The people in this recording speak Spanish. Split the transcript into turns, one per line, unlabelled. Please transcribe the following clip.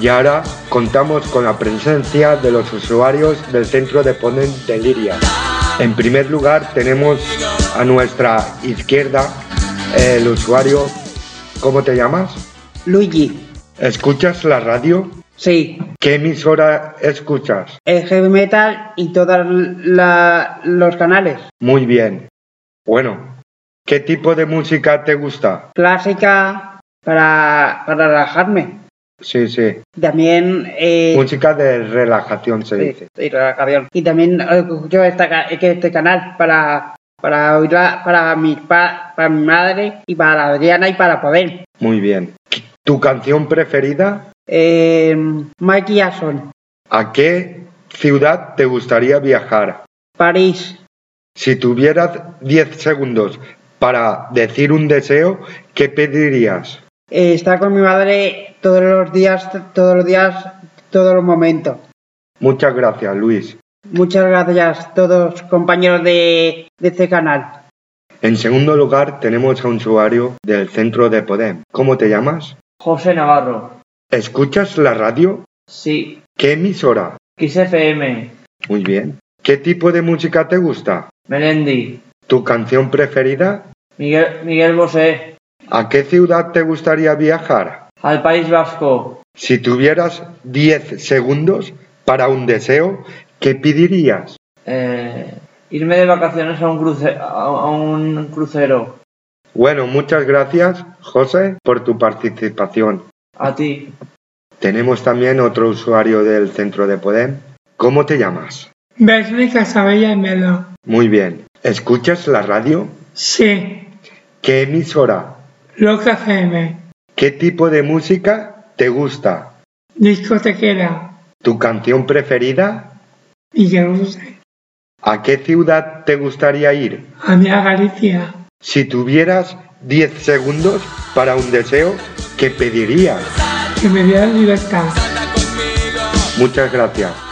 y ahora contamos con la presencia de los usuarios del centro de Ponen de Liria. En primer lugar tenemos a nuestra izquierda el usuario, ¿cómo te llamas?
Luigi,
¿Escuchas la radio?
sí,
¿Qué emisora escuchas?
el heavy metal y todos los canales.
Muy bien. Bueno, ¿qué tipo de música te gusta?
Clásica para, para relajarme.
Sí, sí.
También... eh,
Música de relajación se dice.
y relajación. Y también escucho esta ca- que este canal para para oírla para mi pa- para mi madre y para Adriana y para Pavel.
Muy bien. ¿Tu canción preferida?
Eh, Mikey Jackson,
¿A qué ciudad te gustaría viajar?
París,
Si tuvieras 10 segundos para decir un deseo, ¿qué pedirías?
eh, estar con mi madre todos los días, todos los días, todos los momentos.
Muchas gracias, Luis.
Muchas gracias a todos compañeros de, de este canal.
En segundo lugar, tenemos a un usuario del centro de Podem. ¿Cómo te llamas?
José Navarro.
¿Escuchas la radio?
Sí.
¿Qué emisora?
XFM.
Muy bien. ¿Qué tipo de música te gusta?
Melendi.
¿Tu canción preferida?
Miguel, Miguel Bosé.
¿A qué ciudad te gustaría viajar?
Al País Vasco.
Si tuvieras 10 segundos para un deseo, ¿qué pedirías?
Eh, irme de vacaciones a un, cruce, a, a un crucero.
Bueno, muchas gracias, José, por tu participación.
A ti.
Tenemos también otro usuario del centro de Podem. ¿Cómo te llamas?
Beatriz Casabella y Melo.
Muy bien. ¿Escuchas la radio?
Sí,
¿Qué emisora?
Loca FM.
¿Qué tipo de música te gusta?
Discotequera.
¿Tu canción preferida?
Miguel Bosé.
¿A qué ciudad te gustaría ir?
Andrea Galicia.
Si tuvieras 10 segundos para un deseo, ¿qué pedirías?
Que me diera libertad.
Muchas gracias.